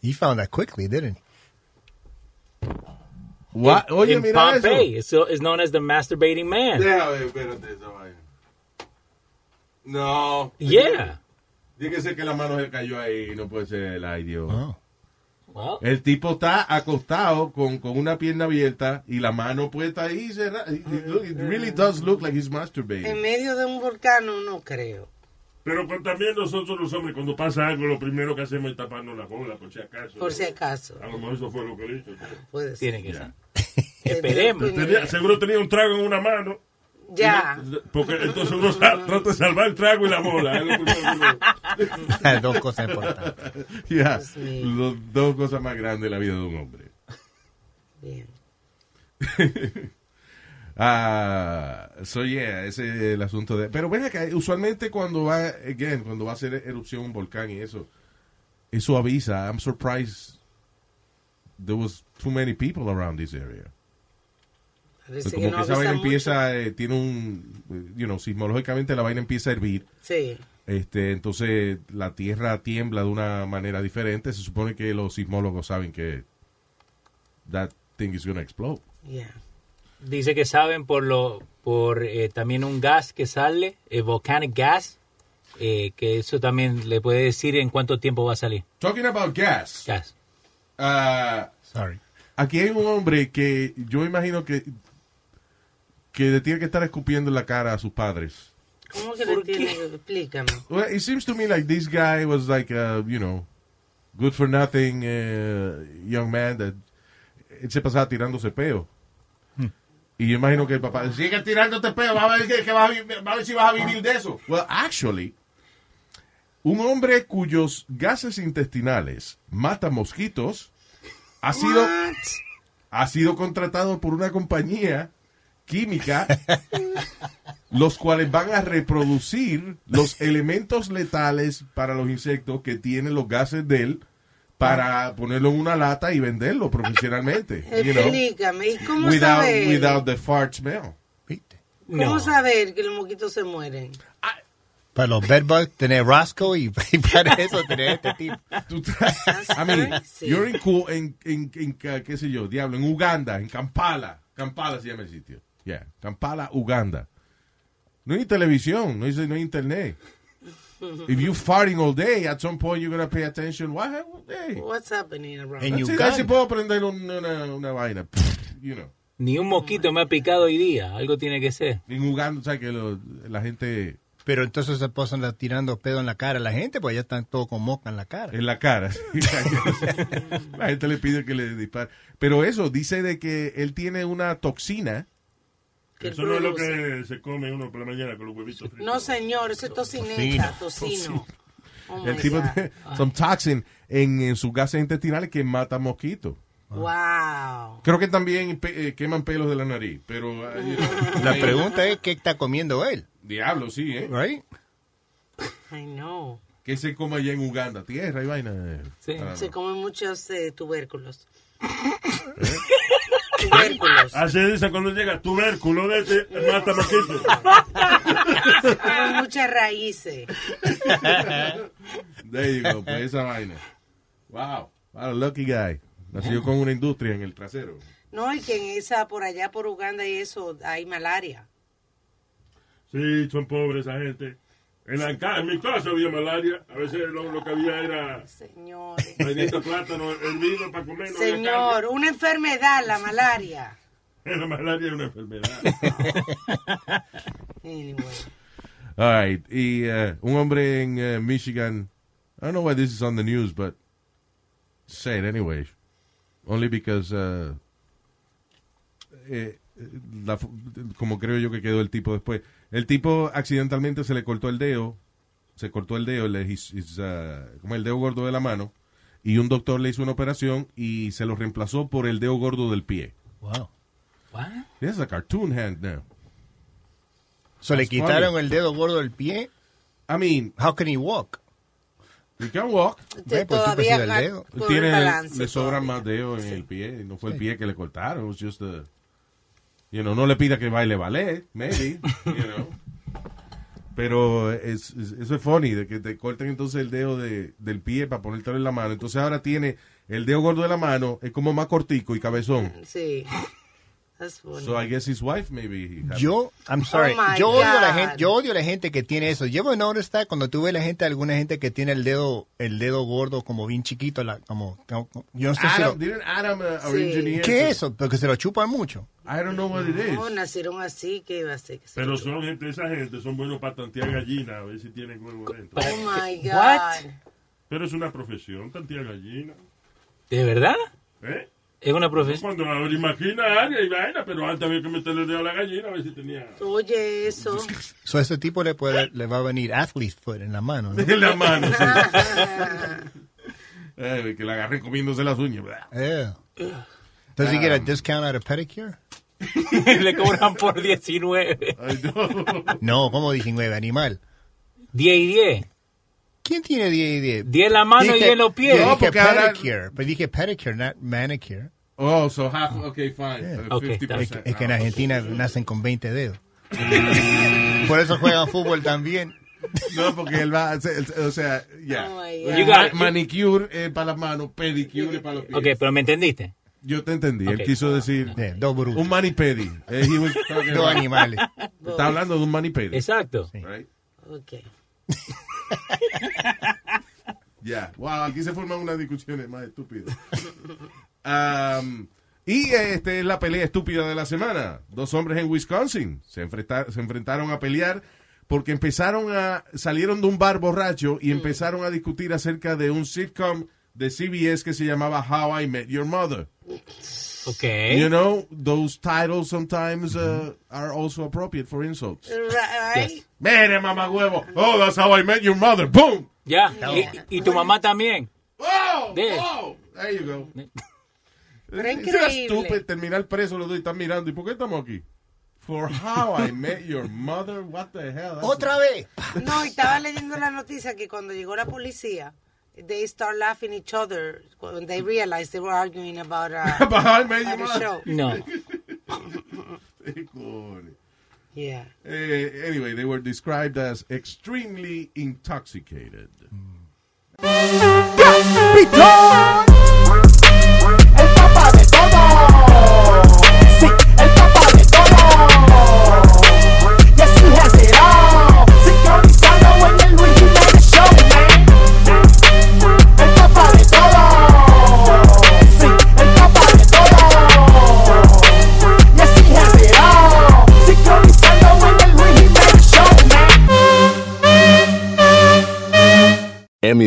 F: He found that quickly, didn't he?
E: What?
H: in Pompeii, it's, it's known as the masturbating man.
E: Deja ver, espérate esa vaina. No.
H: Yeah.
E: Dígase que la mano se cayó ahí, no puede ser el ay Dios.
K: Ah.
H: Well,
E: El tipo está acostado con, con una pierna abierta y la mano puesta ahí cerrada. It, look- it really does look like he's masturbating.
D: En medio de un volcán, no creo.
J: Pero con- también nosotros los hombres, cuando pasa algo, lo primero que hacemos es taparnos la bola, por si acaso.
D: Por si acaso.
J: A lo mejor eso fue lo que le hizo.
D: Puede
H: ser. Tiene que ser.
J: Esperemos. seguro tenía un trago en una mano.
D: Ya.
J: Porque entonces uno sa- trata de salvar el trago y la bola. es lo primero que uno-
F: Dos cosas importantes.
E: Yeah. Los- dos cosas más grandes de la vida de un hombre.
D: Bien.
E: Ah, so yeah, ese es el asunto de. Pero ven acá, usualmente cuando va, again, cuando va a ser erupción un volcán y eso, eso avisa. I'm surprised there was too many people around this area. Pues
D: Parece que
E: como
D: no
E: que esa
D: avisa
E: vaina
D: mucho.
E: empieza, eh, tiene un, eh, you know, sismológicamente la vaina empieza a hervir.
D: Sí.
E: Este, entonces la tierra tiembla de una manera diferente. Se supone que los sismólogos saben que that thing is gonna explode.
H: Dice que saben por lo por eh, también un gas que sale, eh, volcanic gas, eh, que eso también le puede decir en cuánto tiempo va a salir.
E: Talking about gas. Uh,
H: Gas.
F: Sorry.
E: Aquí hay un hombre que yo imagino que que le tiene que estar escupiendo en la cara a sus padres.
D: ¿Cómo que le tiene? Explícame.
E: Well, it seems to me like this guy was like a, you know, good for nothing uh, young man that él se pasaba tirándose peo. Y yo imagino que el papá sigue tirándote peo, va a ver, que, que vas a vi- va a ver si vas a vivir de eso. Well, actually, un hombre cuyos gases intestinales mata mosquitos ha sido ha sido contratado por una compañía química los cuales van a reproducir los elementos letales para los insectos que tienen los gases de él para ponerlo en una lata y venderlo profesionalmente. you know,
D: Explícame. ¿Y cómo
E: without,
D: saber?
E: without the fart smell.
D: ¿Cómo saber que los mosquitos se mueren?
F: Para los bedbugs, tener Roscoe y, y para eso tener este tipo.
E: I mean, you're in cool, en, en, en, ca- qué sé yo, diablo, en Uganda, en Kampala. Kampala se llama el sitio. Yeah, Kampala, Uganda. No hay televisión, no hay, no hay internet. If you farting all day, at some point you're going to pay attention. What happened? Hey.
D: What's happening around?
E: That's it, that's it, puedo prender un- una, una vaina. Pff, You know.
H: Ni un mosquito me ha picado hoy día, algo tiene que ser.
E: En Uganda, o sea, que lo- la gente
F: Pero entonces se pasan la- tirando pedo en la cara a la gente, pues ya están todos con mosca en la cara.
E: en la cara. sí. la gente le pide que le dispare. Pero eso, dice de que él tiene una toxina.
J: Eso no es lo que se come uno por la mañana con los huevitos fritos.
D: No, señor, eso es tocineta, tocino. Oh my
E: El tipo
D: God.
E: tiene some toxin en, en sus gases intestinales que mata mosquitos.
D: Wow.
E: Creo que también pe- eh, queman pelos de la nariz, pero... ah, you know,
F: La
E: I-
F: pregunta es, ¿qué está comiendo él?
E: Diablo, sí,
J: Ah.
E: ¿eh?
F: Right?
D: I know.
E: Que se coma allá en Uganda, tierra y vaina. eh. Ah,
D: Se comen muchos eh, tubérculos.
E: Ah.
J: Así dice cuando llega tubérculo de este, mata maquito.
D: Comen muchas raíces.
E: There you go, pues esa vaina. Wow, what a lucky guy. Nació con una industria en el trasero.
D: No, y que en esa, por allá, por Uganda y eso, hay malaria.
J: Sí, son pobres esa gente. En, la ca- en mi casa había malaria. A veces lo, lo que había era.
D: Señor.
J: Vainita plátano hervido para comer. no había
D: Señor, una enfermedad, la malaria.
J: carne. La malaria es una enfermedad.
D: Anyway.
E: All right, y eh, un hombre en eh, Michigan, I don't know why this is on the news, but say it anyway. Only because, uh, eh, la fo- como creo yo que quedó el tipo después. El tipo accidentalmente se le cortó el dedo, se cortó el dedo, le, his- his, uh, como el dedo gordo de la mano, y un doctor le hizo una operación y se lo reemplazó por el dedo gordo del pie.
F: Wow.
E: This is a cartoon hand now.
F: So le
E: That's funny.
F: quitaron el dedo gordo del pie.
E: I mean,
F: how can he walk?
E: He can walk.
F: Eh, pues tú
D: todavía
F: percibes el
D: gat-
F: dedo.
D: Por
E: Tiene-
D: el balance
E: le sobran más dedos en el pie. No fue el pie que le cortaron. It was just a- you know, no le pida que baile ballet, maybe. you know. Pero es, es- eso es funny, de que te corten entonces el dedo de- del pie para ponértelo en la mano. Entonces ahora tiene el dedo gordo de la mano, es como más cortico y cabezón.
D: Sí. That's funny.
E: So I guess his wife maybe. had-
F: Yo, I'm sorry,
D: Oh, my
F: yo odio a la
D: God.
F: gente, yo odio a la gente que tiene eso. Yo me noticed cuando tú ves la gente, alguna gente que tiene el dedo, el dedo gordo como bien chiquito, la- como, como- yo no sé si
E: Adam,
F: lo-
E: didn't Adam, uh, our
D: Sí.
E: engineer,
F: ¿Qué es eso? Porque se lo chupan mucho.
E: I don't know what it is.
D: No, nacieron así, que iba a ser. que se-
J: Pero son gente, esa gente son buenos para tantear gallina, a ver si tienen huevo dentro.
D: Oh my God.
J: Pero es una profesión, tantear gallina.
H: ¿De verdad?
J: ¿Eh?
H: Es una profesión.
J: Cuando la imagina área y vaina, pero antes había que meterle el dedo a la gallina a ver si tenía.
D: Oye, eso.
F: So, a ese tipo le, puede, le va a venir athlete foot en la mano. ¿no?
E: En la mano, sí.
D: Ah,
E: Eh, que la agarré comiéndose las uñas.
F: Yeah. Does he get a discount at a pedicure?
H: Le cobran por 19.
F: No, como 19, animal.
H: 10 y 10.
F: ¿Quién tiene 10 y 10?
H: 10 en la mano y 10 en los pies.
F: Yo
H: No,
F: dije
H: porque ahora-
F: pedicure, pero dije pedicure, not manicure.
E: Oh, so half, okay, fine. Uh,
F: Ok,
E: 50%.
F: es, que- es que en Argentina nacen con 20 dedos. Por eso juegan fútbol también.
E: No, porque él va, a hacer- o sea, ya. Eh,
H: God. You got-
E: Ma- manicure es para las manos, pedicure es para los pies.
H: Ok, pero me entendiste.
E: Yo te entendí, él
H: Ok.
E: quiso decir
F: dos
E: un manipedi. Eh, he was talking
F: Dos
E: about-
F: animales.
E: Está hablando de un manipedi.
H: Exacto.
E: Right?
D: Ok.
E: Ya, wow, aquí se forman unas discusiones más estúpidas. Am, y eh, este es la pelea estúpida de la semana. Dos hombres en Wisconsin se, enfrenta- se enfrentaron a pelear porque empezaron a salieron de un bar borracho y empezaron a discutir acerca de un sitcom de CBS que se llamaba How I Met Your Mother.
H: Ok.
E: You know, those titles sometimes uh, are also appropriate for insults.
D: Right.
E: Mire, mamá huevo. Oh, that's how I met your mother. Boom.
H: Ya. Y, y tu mamá también.
E: Oh,
H: There.
E: oh, there you go.
D: Pero
E: It's
D: increíble.
E: stupid terminar preso los dos y están mirando. ¿Y por qué estamos aquí? For how I met your mother. What the hell? That's-
F: Otra vez.
D: No, y estaba leyendo la noticia que cuando llegó la policía, they start laughing each other when they realized they were arguing about a,
E: About How I Met Your
D: about a
E: Mother.
D: show.
H: No.
E: Sí, cojones.
D: Yeah.
E: Eh, anyway, they were described as extremely intoxicated.
N: Emmy